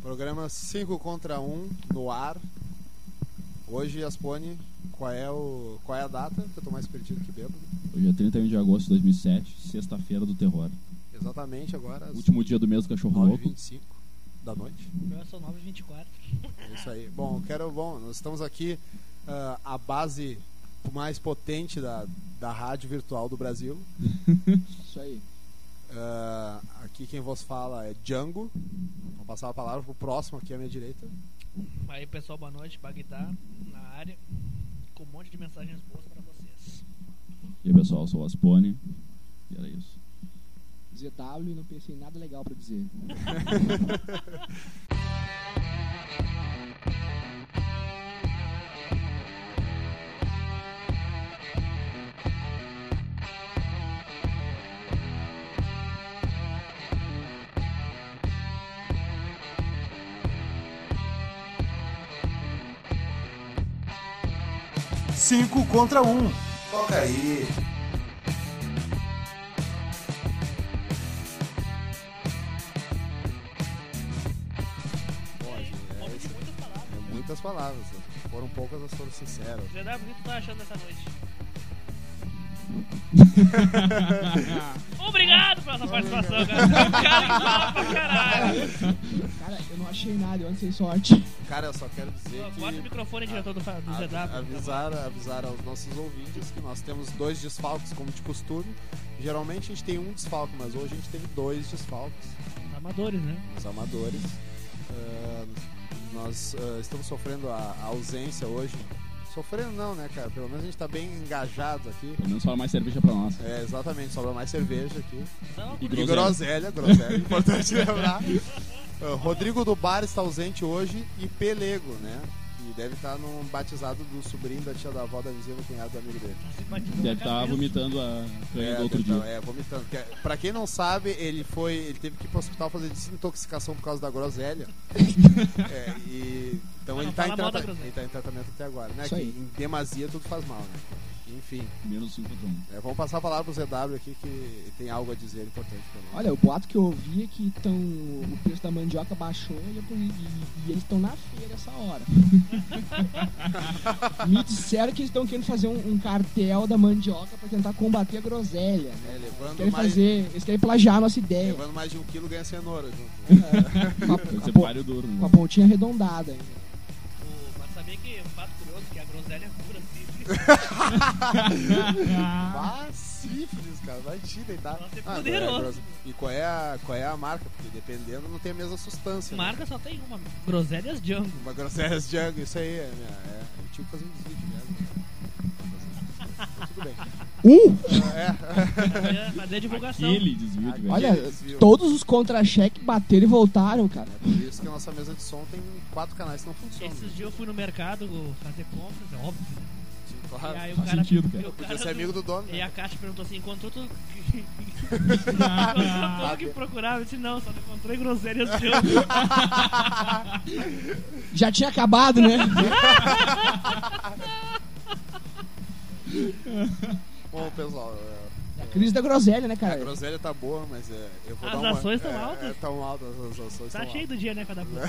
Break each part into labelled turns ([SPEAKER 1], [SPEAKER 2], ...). [SPEAKER 1] Programa 5 contra 1 no ar. Hoje, Aspone, qual é, o, qual é a data? Que eu tô mais perdido que bêbado.
[SPEAKER 2] Hoje é 31 de agosto de 2007, sexta-feira do terror.
[SPEAKER 1] Exatamente agora, às
[SPEAKER 2] Último dia do mês do cachorro louco.
[SPEAKER 1] 9h25 da noite.
[SPEAKER 3] O meu é só 9h24.
[SPEAKER 1] É isso aí. Bom, eu quero. Bom, nós estamos aqui ah, a base mais potente da, da rádio virtual do Brasil.
[SPEAKER 4] Isso aí.
[SPEAKER 1] Ah, aqui quem vos fala é Django. Vou passar a palavra pro próximo aqui à minha direita.
[SPEAKER 3] Aí, pessoal, boa noite. Bagdá na área. Com um monte de mensagens boas pra vocês.
[SPEAKER 2] E aí, pessoal, eu sou o Aspone. E era isso.
[SPEAKER 4] ZW e não pensei em nada legal pra dizer.
[SPEAKER 5] Toca aí.
[SPEAKER 1] Pode, é, isso.
[SPEAKER 3] Muitas palavras.
[SPEAKER 1] É muitas palavras. Foram poucas, mas foram sinceras.
[SPEAKER 3] ZW, o que tu tá achando dessa noite? Obrigado pela sua participação, cara. Você é um cara que fala pra caralho.
[SPEAKER 4] Cara, eu não achei nada, eu andei sem sorte.
[SPEAKER 1] Cara, eu só quero dizer
[SPEAKER 3] Bota o
[SPEAKER 1] que.
[SPEAKER 2] Ah,
[SPEAKER 3] microfone diretor do, fa- do ZW.
[SPEAKER 1] A- Avisar, avisar aos nossos ouvintes que nós temos dois desfalques, como de costume. Geralmente a gente tem um desfalque, mas hoje a gente teve dois desfalques,
[SPEAKER 3] Amadores, né?
[SPEAKER 1] os amadores. Ah, nós ah, estamos sofrendo a, a ausência hoje. Sofrendo não, né, cara? Pelo menos a gente tá bem engajado aqui.
[SPEAKER 2] Pelo menos fala mais cerveja pra nós.
[SPEAKER 1] É, exatamente, sobra mais cerveja aqui.
[SPEAKER 3] Não,
[SPEAKER 2] E
[SPEAKER 1] E
[SPEAKER 2] groselha.
[SPEAKER 1] groselha, groselha, importante lembrar. Ah, Rodrigo do Bar está ausente hoje e Pelego, né? Que deve estar num batizado do sobrinho da tia da avó da vizinha do cunhado do amigo dele.
[SPEAKER 3] se batizou na
[SPEAKER 2] Deve tá estar
[SPEAKER 3] cabeça.
[SPEAKER 2] vomitando a canha
[SPEAKER 1] É,
[SPEAKER 2] do outro
[SPEAKER 1] então,
[SPEAKER 2] dia.
[SPEAKER 1] é, vomitando. Que é- Pra quem não sabe, ele foi. Ele teve que ir pro hospital fazer desintoxicação por causa da groselha. É, e- então
[SPEAKER 3] Mas
[SPEAKER 1] ele
[SPEAKER 3] Ah, não
[SPEAKER 1] tá, em
[SPEAKER 3] fala mal da
[SPEAKER 1] trata-
[SPEAKER 3] groselha.
[SPEAKER 1] ele tá em tratamento até agora, né?
[SPEAKER 4] Isso
[SPEAKER 1] Que
[SPEAKER 4] aí.
[SPEAKER 1] em demasia tudo faz mal, né? Enfim,
[SPEAKER 2] Menos 5 contra 1.
[SPEAKER 1] é, vamos passar a palavra pro ZW aqui que tem algo a dizer importante pra nós.
[SPEAKER 4] Olha, o boato que eu ouvi é que tão, o preço da mandioca baixou e, é por- e- e eles estão na feira essa hora. Me disseram que eles estão querendo fazer um, um cartel da mandioca pra tentar combater a groselha. né?
[SPEAKER 1] É, levando
[SPEAKER 4] Querem
[SPEAKER 1] mais,
[SPEAKER 4] fazer, eles querem plagiar a nossa ideia.
[SPEAKER 1] levando mais de um quilo ganha cenoura junto. né?
[SPEAKER 4] Com a,
[SPEAKER 2] Tem que
[SPEAKER 4] com a
[SPEAKER 2] ser
[SPEAKER 4] pon-
[SPEAKER 2] páreo duro.
[SPEAKER 4] com a
[SPEAKER 2] né?
[SPEAKER 4] pontinha arredondada ainda.
[SPEAKER 3] O- Mas sabia que um fato curioso que a groselha é cura assim. sífilis.
[SPEAKER 1] Vá sífilis, cara. Vai te deitar.
[SPEAKER 3] Nossa, é
[SPEAKER 1] qual é a
[SPEAKER 3] poderoso.
[SPEAKER 1] groselha? e qual é, a, qual é a marca? Porque dependendo não tem a mesma substância. Né?
[SPEAKER 3] Marca só tem uma. Groselhas Django.
[SPEAKER 1] Uma groselha de Django, isso aí. É, minha, é, eu tinha que fazer um vídeo, né? Tudo bem.
[SPEAKER 3] Fazer, fazer é, divulgação.
[SPEAKER 2] Aquele desvio de velho.
[SPEAKER 4] Olha,
[SPEAKER 1] Aquele desvio.
[SPEAKER 4] todos os contra-cheques bateram e voltaram, cara.
[SPEAKER 1] É por isso que a nossa mesa de som tem quatro canais que não funcionam.
[SPEAKER 2] Hum.
[SPEAKER 1] né.
[SPEAKER 3] Esses dias eu fui no mercado fazer compras, é óbvio. né?
[SPEAKER 1] Sim,
[SPEAKER 3] e
[SPEAKER 1] claro.
[SPEAKER 3] aí o
[SPEAKER 2] faz
[SPEAKER 3] cara.
[SPEAKER 2] sentido, cara.
[SPEAKER 3] e o cara
[SPEAKER 1] Podia ser amigo do dono.
[SPEAKER 3] E
[SPEAKER 1] Né?
[SPEAKER 3] a caixa perguntou assim: encontrou tudo que-
[SPEAKER 2] Ah.
[SPEAKER 3] encontrou tudo que procurava? Eu disse: não, só não encontrei groselhas Django.
[SPEAKER 4] Já tinha acabado, né?
[SPEAKER 1] Bom, pessoal, é,
[SPEAKER 4] A crise da groselha, né,
[SPEAKER 1] a
[SPEAKER 4] cara?
[SPEAKER 1] groselha tá boa, mas é, eu vou
[SPEAKER 3] As
[SPEAKER 1] dar uma.
[SPEAKER 3] ações tão
[SPEAKER 1] é,
[SPEAKER 3] altas.
[SPEAKER 1] É, tão altas, as ações
[SPEAKER 3] Tá
[SPEAKER 1] tão
[SPEAKER 3] cheio
[SPEAKER 1] altas.
[SPEAKER 3] do dia, né, cada pouco.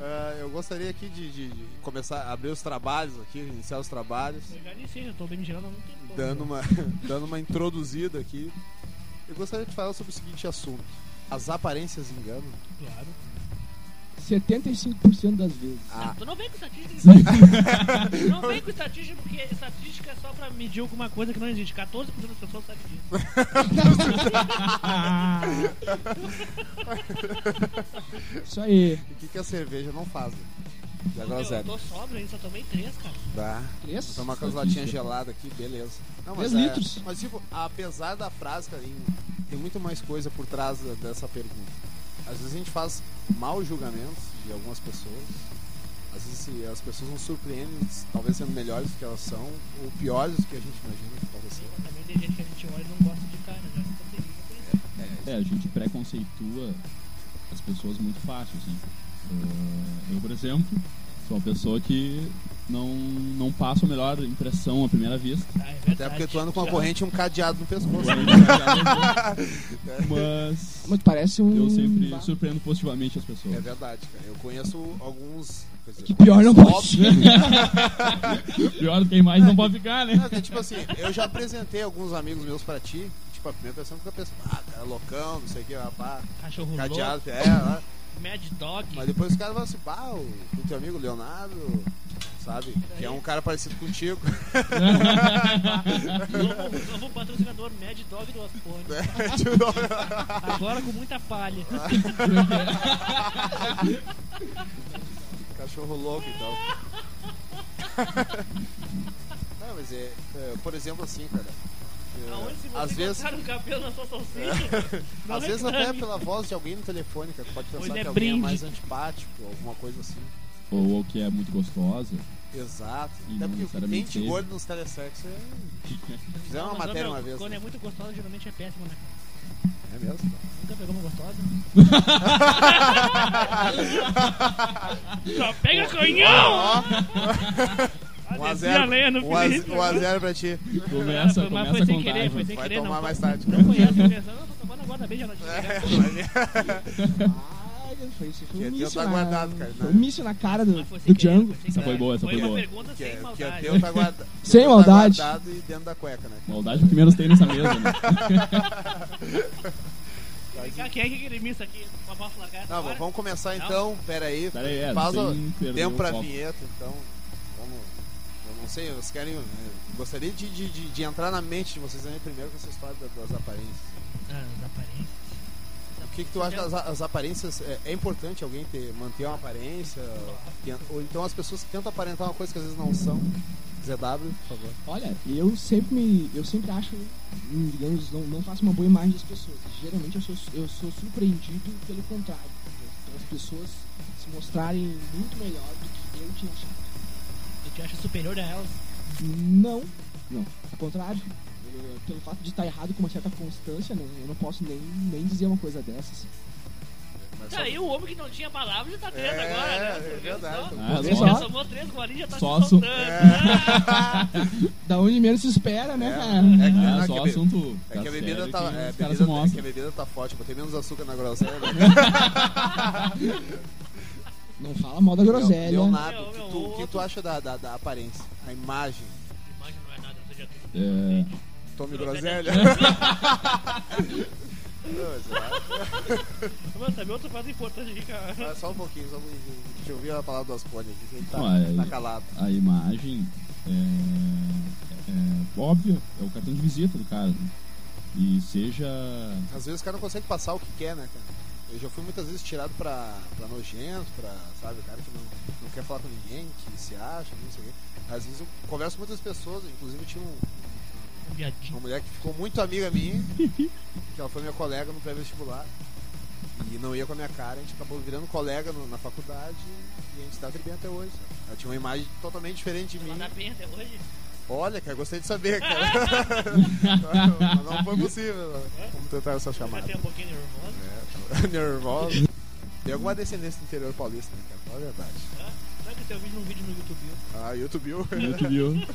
[SPEAKER 1] É, eu gostaria aqui de, de- de começar a abrir os trabalhos aqui, iniciar os trabalhos,
[SPEAKER 3] Eu já iniciei, eu tô bem girando há muito tempo.
[SPEAKER 1] dando uma, dando uma introduzida aqui. Eu gostaria de falar sobre o seguinte assunto: as aparências enganam.
[SPEAKER 3] Claro.
[SPEAKER 4] 75% das vezes.
[SPEAKER 1] Ah.
[SPEAKER 3] Tu não vem com estatística. né? não vem com estatística, porque estatística é só pra medir alguma coisa que não existe. 14% das pessoas sabem
[SPEAKER 1] Tá
[SPEAKER 3] disso.
[SPEAKER 2] Ah.
[SPEAKER 4] Isso aí.
[SPEAKER 1] E o que, que a cerveja não faz? né? E a
[SPEAKER 3] Eu, eu
[SPEAKER 1] groselha?
[SPEAKER 3] tô sobra, eu só tomei 3, cara.
[SPEAKER 1] Tá.
[SPEAKER 4] Três?
[SPEAKER 1] Vou tomar com as latinhas geladas aqui, beleza. Não,
[SPEAKER 4] Três
[SPEAKER 1] é-
[SPEAKER 4] litros.
[SPEAKER 1] Mas, tipo, apesar da frase, cara, em- tem muito mais coisa por trás da- dessa pergunta. Às vezes a gente faz mau julgamentos de algumas pessoas. Às vezes se as pessoas nos surpreendem, talvez sendo melhores do que elas são, ou piores do que a gente imagina que talvez seja.
[SPEAKER 3] Mas também tem gente que a gente olha e não gosta de cara, né? Então tem gente que é isso.
[SPEAKER 2] É, a gente preconceitua as pessoas muito fácil, assim. Ah, Eu, por exemplo, sou uma pessoa que não, não passa a melhor impressão à primeira vista.
[SPEAKER 3] Ah, é verdade.
[SPEAKER 1] Até porque tu anda com uma corrente e um cadeado no pescoço. né?
[SPEAKER 2] Mas
[SPEAKER 4] Mas parece um.
[SPEAKER 2] eu sempre surpreendo positivamente as pessoas.
[SPEAKER 1] É verdade, cara. Eu conheço alguns. quer dizer,
[SPEAKER 4] Que pior não
[SPEAKER 1] óbvio-
[SPEAKER 4] pode. né?
[SPEAKER 2] Pior do que mais não pode ficar, né?
[SPEAKER 1] Não, que, tipo assim, eu já apresentei alguns amigos meus pra ti. Tipo, a primeira pessoa fica pensando, ah, cara, loucão, não sei o que, rapaz,
[SPEAKER 3] Cachorro
[SPEAKER 1] cadeado, é, lá.
[SPEAKER 3] louco, Mad Dog.
[SPEAKER 1] Mas depois os caras falam assim, pá, o, o teu amigo Leonardo, sabe? Que é um cara parecido contigo. é.
[SPEAKER 3] Novo, novo patrocinador Mad Dog do Aspone.
[SPEAKER 1] Tipo,
[SPEAKER 3] Agora com muita palha.
[SPEAKER 1] Ah, Cachorro louco e tal. Não, mas é, é, por exemplo, assim, cara. eu-
[SPEAKER 3] Aonde se você
[SPEAKER 1] às vezes,
[SPEAKER 3] cortar o cabelo na sua salsicha? não é
[SPEAKER 1] às vezes
[SPEAKER 3] reclame.
[SPEAKER 1] até pela voz de alguém no telefone, cara, tu pode pensar
[SPEAKER 3] Pois é,
[SPEAKER 1] que alguém é
[SPEAKER 3] brinde.
[SPEAKER 1] mais antipático, alguma coisa assim.
[SPEAKER 2] Ou, ou que é muito gostosa.
[SPEAKER 1] Exato.
[SPEAKER 2] E
[SPEAKER 1] Até
[SPEAKER 2] não
[SPEAKER 1] porque o que tem
[SPEAKER 2] necessariamente
[SPEAKER 1] de
[SPEAKER 2] seja.
[SPEAKER 1] gordo nos telesexos é. Fizeram
[SPEAKER 3] Não,
[SPEAKER 1] uma
[SPEAKER 3] mas,
[SPEAKER 1] matéria
[SPEAKER 3] ô, meu,
[SPEAKER 1] uma vez.
[SPEAKER 3] Quando é
[SPEAKER 1] né?
[SPEAKER 3] muito gostosa, geralmente é péssimo, né?
[SPEAKER 1] É mesmo?
[SPEAKER 3] Nunca pegou uma gostosa? Só pega
[SPEAKER 1] então.
[SPEAKER 3] canhão!
[SPEAKER 1] Ó, 1x0. 1x0 pra ti.
[SPEAKER 2] Começa,
[SPEAKER 3] Mas
[SPEAKER 2] começa
[SPEAKER 3] foi
[SPEAKER 2] a
[SPEAKER 3] sem
[SPEAKER 2] contar.
[SPEAKER 3] querer, foi sem
[SPEAKER 1] Vai
[SPEAKER 3] querer,
[SPEAKER 1] tomar
[SPEAKER 3] não.
[SPEAKER 1] mais tarde. é,
[SPEAKER 3] Não conhece, criança. Não, tô tomando agora da beija na tia.
[SPEAKER 4] Ah, foi, isso foi
[SPEAKER 1] Que
[SPEAKER 4] um
[SPEAKER 1] Deus
[SPEAKER 4] míssil
[SPEAKER 1] tá
[SPEAKER 4] na-
[SPEAKER 1] guardado, cara,
[SPEAKER 4] Foi um
[SPEAKER 1] né?
[SPEAKER 4] míssil na cara do,
[SPEAKER 3] Mas foi sem
[SPEAKER 4] do
[SPEAKER 3] querer,
[SPEAKER 4] Django.
[SPEAKER 3] foi sem
[SPEAKER 2] Essa
[SPEAKER 3] querer.
[SPEAKER 2] foi boa, essa foi
[SPEAKER 3] uma
[SPEAKER 2] boa.
[SPEAKER 3] pergunta
[SPEAKER 1] Que,
[SPEAKER 3] sem
[SPEAKER 1] é- que
[SPEAKER 3] maldade.
[SPEAKER 1] ateu tá guardado.
[SPEAKER 4] Sem
[SPEAKER 1] tá
[SPEAKER 4] maldade.
[SPEAKER 1] guardado e dentro da cueca, né?
[SPEAKER 2] Maldade que menos tem nessa mesa, né?
[SPEAKER 3] Vem cá, Quem é que é missa aqui? Uma bosta largada.
[SPEAKER 1] Tá Não,
[SPEAKER 3] Bora.
[SPEAKER 1] vamos começar então. Pera aí.
[SPEAKER 2] Pera aí, é,
[SPEAKER 1] Pausa
[SPEAKER 2] sem perder
[SPEAKER 1] tempo
[SPEAKER 2] o
[SPEAKER 1] pra
[SPEAKER 2] foco.
[SPEAKER 1] vinheta, então. Vamos. Eu não sei, vocês querem. Eu gostaria de, de, de, de entrar na mente de vocês também primeiro com essa história da- das aparências.
[SPEAKER 3] Ah, os aparências.
[SPEAKER 1] O que, que tu acha das as aparências? É, é importante alguém ter, manter uma aparência? Ten- Ou então as pessoas que tentam aparentar uma coisa que às vezes não são? ZW, por favor.
[SPEAKER 4] Olha, eu sempre me. Eu sempre acho, hum, digamos, não, não faço uma boa imagem das pessoas. Geralmente eu sou, eu sou surpreendido pelo contrário. Pelas pessoas se mostrarem muito melhor do que eu tinha achado.
[SPEAKER 3] Tu te acha superior a elas?
[SPEAKER 4] Não, não. Ao contrário, eu- pelo fato de estar errado com uma certa constância, não, eu não posso nem, nem dizer uma coisa dessas.
[SPEAKER 1] Mas
[SPEAKER 3] Tá
[SPEAKER 1] só-
[SPEAKER 3] aí o homem que não tinha palavra já tá
[SPEAKER 1] É,
[SPEAKER 3] treta agora, né?
[SPEAKER 1] é
[SPEAKER 3] Você viu
[SPEAKER 1] verdade. É.
[SPEAKER 3] só?
[SPEAKER 2] Ah,
[SPEAKER 4] Vê
[SPEAKER 3] Ele
[SPEAKER 4] só.
[SPEAKER 3] já
[SPEAKER 2] só.
[SPEAKER 3] somou três golinhas, já tá
[SPEAKER 2] Só
[SPEAKER 3] se
[SPEAKER 2] so-
[SPEAKER 3] soltando. Ah,
[SPEAKER 4] Da onde menos se espera,
[SPEAKER 1] É.
[SPEAKER 4] né, cara?
[SPEAKER 1] É que-
[SPEAKER 2] Ah,
[SPEAKER 1] não,
[SPEAKER 2] só
[SPEAKER 1] que be-
[SPEAKER 2] assunto.
[SPEAKER 1] É que a bebida
[SPEAKER 2] sério
[SPEAKER 1] tá.
[SPEAKER 2] que
[SPEAKER 1] É,
[SPEAKER 2] os
[SPEAKER 1] bebida,
[SPEAKER 2] caras se
[SPEAKER 1] é que a
[SPEAKER 2] mostram.
[SPEAKER 1] bebida tá forte, botei menos açúcar na groselha. né?
[SPEAKER 4] Não fala mal da groselha.
[SPEAKER 1] Leonardo,
[SPEAKER 3] Meu,
[SPEAKER 1] o que
[SPEAKER 3] meu,
[SPEAKER 1] tu- o que tu
[SPEAKER 3] outro.
[SPEAKER 1] acha da, da, da aparência? A imagem?
[SPEAKER 3] Imagem não é nada, você já tem.
[SPEAKER 2] É,
[SPEAKER 1] Tome
[SPEAKER 3] Groselha.
[SPEAKER 1] groselha. Não, sei lá.
[SPEAKER 3] Mas sabe outra parte importante aqui, cara?
[SPEAKER 1] Ah, só um pouquinho, só um pouquinho. Deixa eu ouvir a palavra do Aspone aqui, que ele tá,
[SPEAKER 2] Ué,
[SPEAKER 1] tá
[SPEAKER 2] e-
[SPEAKER 1] calado.
[SPEAKER 2] a imagem é, é óbvia, é o cartão de visita do cara. né? E seja.
[SPEAKER 1] Às vezes o cara não consegue passar o que quer, né, cara? Eu já fui muitas vezes tirado pra, pra nojento, pra, sabe, o cara que não, não quer falar com ninguém, que se acha, não sei o quê. Às vezes eu converso com muitas pessoas, inclusive tinha um-
[SPEAKER 3] Um viadinho.
[SPEAKER 1] uma mulher que ficou muito amiga minha, que ela foi minha colega no pré-vestibular, e não ia com a minha cara, a gente acabou virando colega no- na faculdade, e a gente tá bem até hoje. sabe? Ela tinha uma imagem totalmente diferente de mim.
[SPEAKER 3] Ela tá bem até hoje?
[SPEAKER 1] Olha, cara, gostei de saber, cara. Mas não foi possível. Vamos tentar essa
[SPEAKER 3] Ela
[SPEAKER 1] chamada.
[SPEAKER 3] tem um pouquinho nervosa.
[SPEAKER 1] É, nervosa. Tem alguma descendência do interior paulista, né, cara? Fala a verdade.
[SPEAKER 3] Hã? Será que tem um vídeo num vídeo no YouTube?
[SPEAKER 1] Ah, YouTube.
[SPEAKER 2] Tu viu?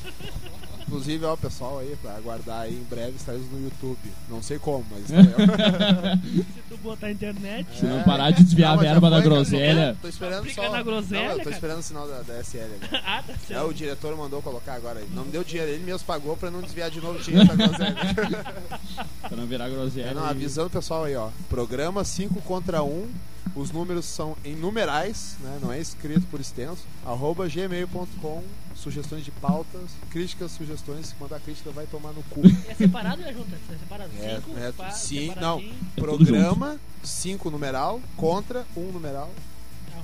[SPEAKER 1] Inclusive, ó, pessoal aí, pra aguardar aí, em breve estaremos no YouTube. Não sei como, mas né, estaremos.
[SPEAKER 3] Se tu botar a internet,
[SPEAKER 2] Se não parar de desviar
[SPEAKER 1] Não,
[SPEAKER 2] a
[SPEAKER 1] mas já
[SPEAKER 2] verba da
[SPEAKER 1] foi, cara.
[SPEAKER 2] groselha.
[SPEAKER 1] Tô esperando
[SPEAKER 3] Fica
[SPEAKER 1] só.
[SPEAKER 3] na groselha,
[SPEAKER 1] não, eu tô
[SPEAKER 3] cara.
[SPEAKER 1] esperando o sinal da, da SL agora.
[SPEAKER 3] ah, tá
[SPEAKER 1] É, o
[SPEAKER 3] certo.
[SPEAKER 1] diretor mandou colocar agora. Ele não me deu dinheiro, ele mesmo pagou pra não desviar de novo o dinheiro da groselha.
[SPEAKER 2] Pra não virar
[SPEAKER 1] É,
[SPEAKER 2] groselha.
[SPEAKER 1] não,
[SPEAKER 2] e-
[SPEAKER 1] avisando o pessoal aí, ó. Programa 5 contra 1. Os números são em numerais, né? Não é escrito por extenso. Arroba gmail.com. Sugestões de pautas, críticas, sugestões. Se mandar crítica, vai tomar no cu.
[SPEAKER 3] É separado ou é junto? É separado.
[SPEAKER 1] É,
[SPEAKER 3] Cinco,
[SPEAKER 1] é,
[SPEAKER 3] pá,
[SPEAKER 1] sim, não.
[SPEAKER 3] separadinho,
[SPEAKER 2] É tudo
[SPEAKER 1] Programa 5 numeral contra 1 numeral.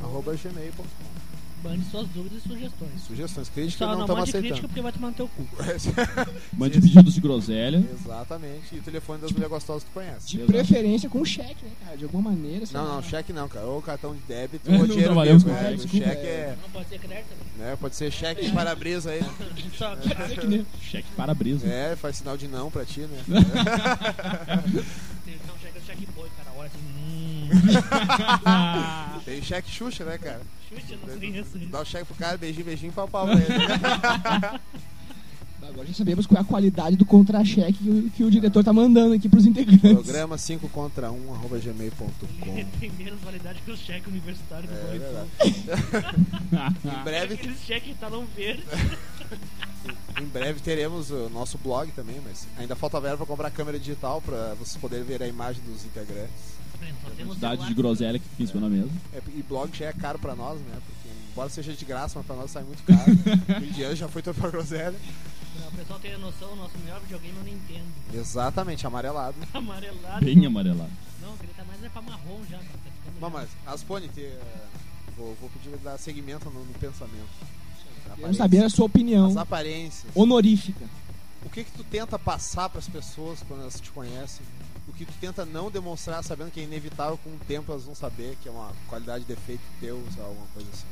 [SPEAKER 3] Arroba.
[SPEAKER 1] Arroba gmail.com.
[SPEAKER 3] Mande suas dúvidas e sugestões.
[SPEAKER 1] Sugestões,
[SPEAKER 3] Só
[SPEAKER 1] críticas,
[SPEAKER 3] não,
[SPEAKER 1] não estamos
[SPEAKER 3] mande crítica
[SPEAKER 1] aceitando.
[SPEAKER 3] porque vai tomar no teu cu.
[SPEAKER 2] Mande pedidos de groselha.
[SPEAKER 1] Exatamente. E o telefone das mulheres gostosas que tu conhece.
[SPEAKER 4] De preferência com cheque, né, cara? De alguma maneira. sei
[SPEAKER 1] Não,
[SPEAKER 4] lá.
[SPEAKER 1] não, cheque não, cara. Ou cartão de débito,
[SPEAKER 2] Não
[SPEAKER 1] ou dinheiro
[SPEAKER 2] trabalhamos
[SPEAKER 1] mesmo.
[SPEAKER 2] com
[SPEAKER 1] é.
[SPEAKER 2] cheque,
[SPEAKER 1] O
[SPEAKER 2] desculpa.
[SPEAKER 1] cheque é,
[SPEAKER 3] Não pode ser crédito também.
[SPEAKER 1] né, pode ser cheque de para-brisa aí. né?
[SPEAKER 3] Só
[SPEAKER 4] Quer dizer que nem-
[SPEAKER 2] Cheque para brisa.
[SPEAKER 1] É, faz sinal de não pra ti, né?
[SPEAKER 3] Então, Tem um cheque do checkpoint, cara. Olha assim. Hum.
[SPEAKER 1] Tem cheque Xuxa, né, cara?
[SPEAKER 3] Chute, eu não sei isso.
[SPEAKER 1] Dá o cheque pro cara, beijinho, beijinho, pau, pau. pra ele. né?
[SPEAKER 4] Agora já sabemos qual é a qualidade do contra-cheque que, o- que o diretor tá mandando aqui pros integrantes.
[SPEAKER 1] Programa 5 contra 1, arroba gmail.com.
[SPEAKER 3] Tem menos validade que os cheques universitários do
[SPEAKER 1] É
[SPEAKER 3] Boletim.
[SPEAKER 1] verdade. Em
[SPEAKER 2] Não,
[SPEAKER 1] breve,
[SPEAKER 3] Aqueles cheques que talão tá verde.
[SPEAKER 2] É.
[SPEAKER 1] em breve teremos o nosso blog também, mas ainda falta verba pra comprar câmera digital pra vocês poderem ver a imagem dos integrantes.
[SPEAKER 3] Só tem um
[SPEAKER 2] Quantidade
[SPEAKER 3] celular.
[SPEAKER 2] de groselha que fica em cima da mesa.
[SPEAKER 1] É, e blog já é caro pra nós, né? Porque embora seja de graça, mas pra nós sai muito caro. o dinheiro já foi todo pra groselha.
[SPEAKER 3] Não, o pessoal tem a noção, o nosso melhor videogame é o Nintendo. Tá
[SPEAKER 1] Exatamente, amarelado.
[SPEAKER 3] Amarelado.
[SPEAKER 2] Bem amarelado.
[SPEAKER 3] Não, queria tá mais é pra marrom já. Tá ficando
[SPEAKER 1] Bom,
[SPEAKER 3] já.
[SPEAKER 1] mas Aspone, te, eh, vou, vou pedir pra dar segmento no, no pensamento.
[SPEAKER 4] Queremos saber a sua opinião
[SPEAKER 1] As aparências.
[SPEAKER 4] honorífica.
[SPEAKER 1] O que que tu tenta passar pras pessoas quando elas te conhecem? O que tu tenta não demonstrar, sabendo que é inevitável com o tempo elas vão saber que é uma qualidade de defeito teu, sei lá, alguma coisa assim.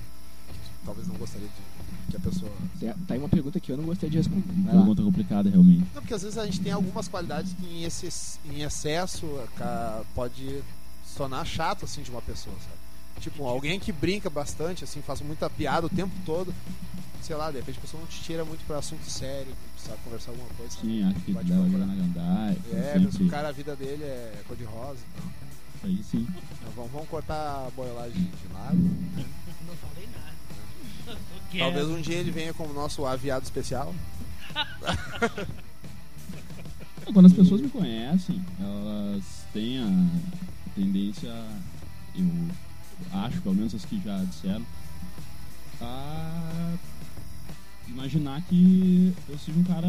[SPEAKER 1] Talvez não gostaria de que a pessoa.
[SPEAKER 4] Tá- Tá aí uma pergunta que eu não gostaria de responder. Vai lá.
[SPEAKER 2] Pergunta complicada, realmente.
[SPEAKER 1] Não, porque às vezes a gente tem algumas qualidades que em, exces- em excesso ca- pode sonar chato assim de uma pessoa, sabe? Tipo, alguém que brinca bastante, assim, faz muita piada o tempo todo, sei lá, de repente a pessoa não te tira muito pra assunto sério, precisar conversar alguma coisa. né? sabe?
[SPEAKER 2] Sim, acho que
[SPEAKER 1] Vai te
[SPEAKER 2] dá né? uma
[SPEAKER 1] procurar.
[SPEAKER 2] na Gandai.
[SPEAKER 1] É, mas o cara, a vida dele é cor de rosa, então.
[SPEAKER 2] Aí sim.
[SPEAKER 1] Então, vamos, vamos cortar a boiolagem de lado.
[SPEAKER 3] Não falei nada. Só tô quieto.
[SPEAKER 1] Talvez um dia ele venha como nosso aviado especial.
[SPEAKER 2] Quando as pessoas me conhecem, elas têm a tendência, eu acho, pelo menos as que já disseram, a imaginar que eu seja um cara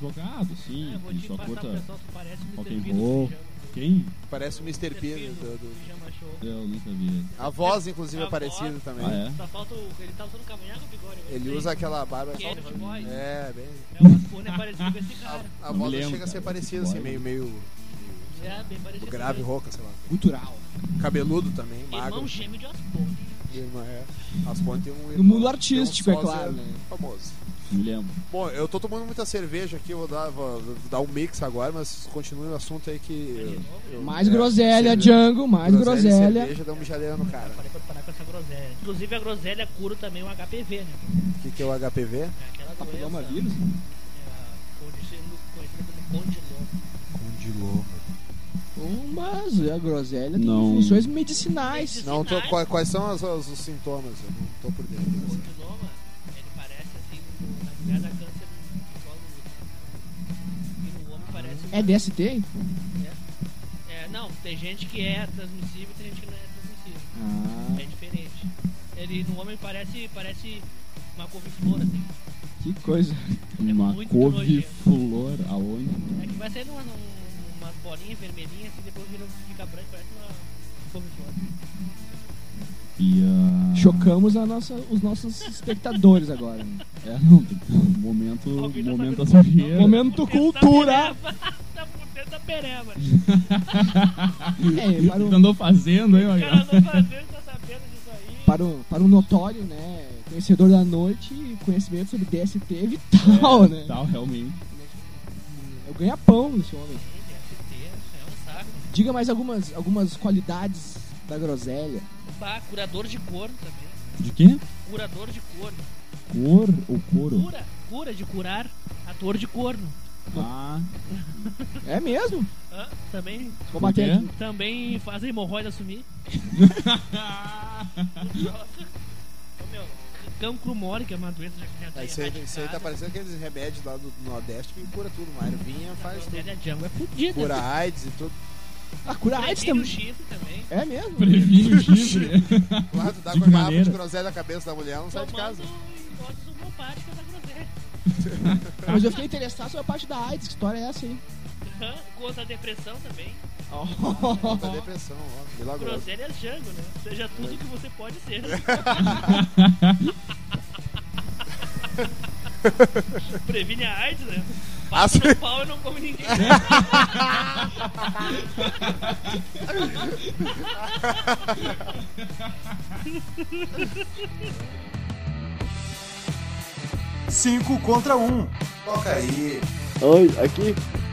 [SPEAKER 2] jogado, assim,
[SPEAKER 3] Ah, eu vou
[SPEAKER 2] que
[SPEAKER 3] te
[SPEAKER 2] só
[SPEAKER 3] passar pro
[SPEAKER 2] curta
[SPEAKER 3] pessoal que tá parece o Mr.
[SPEAKER 2] rock and
[SPEAKER 3] P do
[SPEAKER 2] roll.
[SPEAKER 3] pijama.
[SPEAKER 2] Quem?
[SPEAKER 1] Parece o Mr. P.
[SPEAKER 3] Pijama
[SPEAKER 1] do- do-
[SPEAKER 3] Pijama show.
[SPEAKER 2] Eu nunca vi.
[SPEAKER 1] A voz, inclusive, é
[SPEAKER 3] A
[SPEAKER 1] parecida
[SPEAKER 3] voz.
[SPEAKER 1] também.
[SPEAKER 2] Ah, é?
[SPEAKER 3] Só falta o. Ele tá usando caminhada ou bigode? agora?
[SPEAKER 1] Ele
[SPEAKER 3] Sei.
[SPEAKER 1] usa aquela barba.
[SPEAKER 3] Que é de voz.
[SPEAKER 1] É, bem.
[SPEAKER 3] É, o Ascone é parecido com esse cara.
[SPEAKER 1] A, a
[SPEAKER 2] Não me
[SPEAKER 1] voz
[SPEAKER 2] lembro,
[SPEAKER 1] chega a ser
[SPEAKER 2] cara.
[SPEAKER 1] parecida,
[SPEAKER 2] Esse
[SPEAKER 1] assim,
[SPEAKER 2] boy.
[SPEAKER 1] meio, meio
[SPEAKER 3] É, bem parecido.
[SPEAKER 1] grave,
[SPEAKER 3] mesmo.
[SPEAKER 1] rouca, sei lá.
[SPEAKER 4] Cultural.
[SPEAKER 1] Cabeludo também, magro.
[SPEAKER 3] Irmão gêmeo de Ascone.
[SPEAKER 1] Irmã, é. As pontes tem um irmão,
[SPEAKER 4] mundo
[SPEAKER 1] tem um
[SPEAKER 4] artístico, é
[SPEAKER 1] sósia
[SPEAKER 4] claro, né?
[SPEAKER 1] Famoso.
[SPEAKER 2] Me lembro.
[SPEAKER 1] Bom, eu tô tomando muita cerveja aqui, eu vou dar, vou dar um mix agora, mas continue o assunto aí que. eu- eu-
[SPEAKER 4] Mais
[SPEAKER 1] é,
[SPEAKER 4] groselha,
[SPEAKER 1] cerveja-
[SPEAKER 4] Django, mais
[SPEAKER 1] e
[SPEAKER 4] groselha.
[SPEAKER 1] Cerveja dá um mijadeira no cara.
[SPEAKER 3] Parei pra parar com essa groselha. Inclusive, a groselha é cura também o HPV, né?
[SPEAKER 1] O que, que é o HPV?
[SPEAKER 3] É aquela doença.
[SPEAKER 4] Papiloma vírus?
[SPEAKER 3] É, a conhecida conhecida como condiloma.
[SPEAKER 1] Condiloma.
[SPEAKER 4] Hum, Mas a groselha tem
[SPEAKER 2] Não.
[SPEAKER 4] funções medicinais.
[SPEAKER 1] Não, tô, quais, quais são as- as- os sintomas? Eu não tô por dentro.
[SPEAKER 3] O
[SPEAKER 1] dessa.
[SPEAKER 3] condiloma, ele parece assim, na mulher dá câncer no colo do útero. E no homem parece.
[SPEAKER 4] É DST?
[SPEAKER 3] É, não, tem gente que é transmissível e tem gente que não é transmissível.
[SPEAKER 4] Ah,
[SPEAKER 3] É diferente. Ele no homem parece, parece uma couve-flor, assim.
[SPEAKER 4] que coisa.
[SPEAKER 2] Uma
[SPEAKER 3] É muito
[SPEAKER 2] couve-flor aonde?
[SPEAKER 3] É que vai saindo uma, um- umas bolinhas vermelhinhas, assim, depois vira, fica branco, parece uma couve-flor.
[SPEAKER 2] E ah, a...
[SPEAKER 4] Chocamos a nossa, os nossos espectadores agora. né?
[SPEAKER 2] É, não, tem- momento,
[SPEAKER 3] Alguém tá
[SPEAKER 2] momento
[SPEAKER 3] sabendo-
[SPEAKER 2] assojeira.
[SPEAKER 4] Momento cultura.
[SPEAKER 3] Tá por dentro da pereba.
[SPEAKER 4] É, para
[SPEAKER 2] O que
[SPEAKER 4] o,
[SPEAKER 2] andou fazendo, hein,
[SPEAKER 3] O
[SPEAKER 2] Magal?
[SPEAKER 3] cara não fazendo, tá sabendo disso aí.
[SPEAKER 4] para, o, para o notório, né? Conhecedor da noite, conhecimento sobre DST é vital, né?
[SPEAKER 2] Tal, realmente.
[SPEAKER 4] Eu ganho pão desse homem.
[SPEAKER 3] DST, é um saco.
[SPEAKER 4] Diga mais algumas, algumas qualidades da groselha.
[SPEAKER 3] Bah, curador de corno também.
[SPEAKER 2] De quê?
[SPEAKER 3] Curador de corno.
[SPEAKER 2] Cor ou couro?
[SPEAKER 3] Cura, cura de curar, ator de corno.
[SPEAKER 2] Ah,
[SPEAKER 4] É mesmo?
[SPEAKER 3] Hã? também,
[SPEAKER 4] Vou
[SPEAKER 2] Por
[SPEAKER 4] bater
[SPEAKER 2] quê?
[SPEAKER 4] aqui.
[SPEAKER 3] também faz a hemorroida sumir. Ô, meu, cancro mole, que é uma doença já, já tá
[SPEAKER 1] Ah, Isso aí, isso aí tá
[SPEAKER 3] erradicada.
[SPEAKER 1] parecendo aqueles remédios lá do Nordeste que cura tudo, mas vinha faz
[SPEAKER 3] A
[SPEAKER 1] tudo.
[SPEAKER 3] velha Django é fodida.
[SPEAKER 1] Cura AIDS e tudo.
[SPEAKER 4] Ah, cura AIDS
[SPEAKER 3] Previne o um
[SPEAKER 4] também.
[SPEAKER 3] chifre também.
[SPEAKER 4] É mesmo?
[SPEAKER 2] previne o chifre.
[SPEAKER 1] Lá tu dá
[SPEAKER 2] De
[SPEAKER 1] com a garrafa
[SPEAKER 2] que maneira?
[SPEAKER 1] de groselha na cabeça da mulher, ela não sai de casa.
[SPEAKER 3] Tomando doses homeopáticas da groselha.
[SPEAKER 4] Mas eu fiquei interessado sobre a parte da AIDS. Que história é essa aí?
[SPEAKER 3] Hã? Contra a depressão também.
[SPEAKER 1] Da Tá depressão, ó. Milagroso.
[SPEAKER 3] Groselha é Django, né? Seja tudo que você pode ser. Previne a AIDS, né? Passa no pau e não come ninguém.
[SPEAKER 5] Cinco contra um.
[SPEAKER 1] Toca aí.
[SPEAKER 6] Oi, aqui?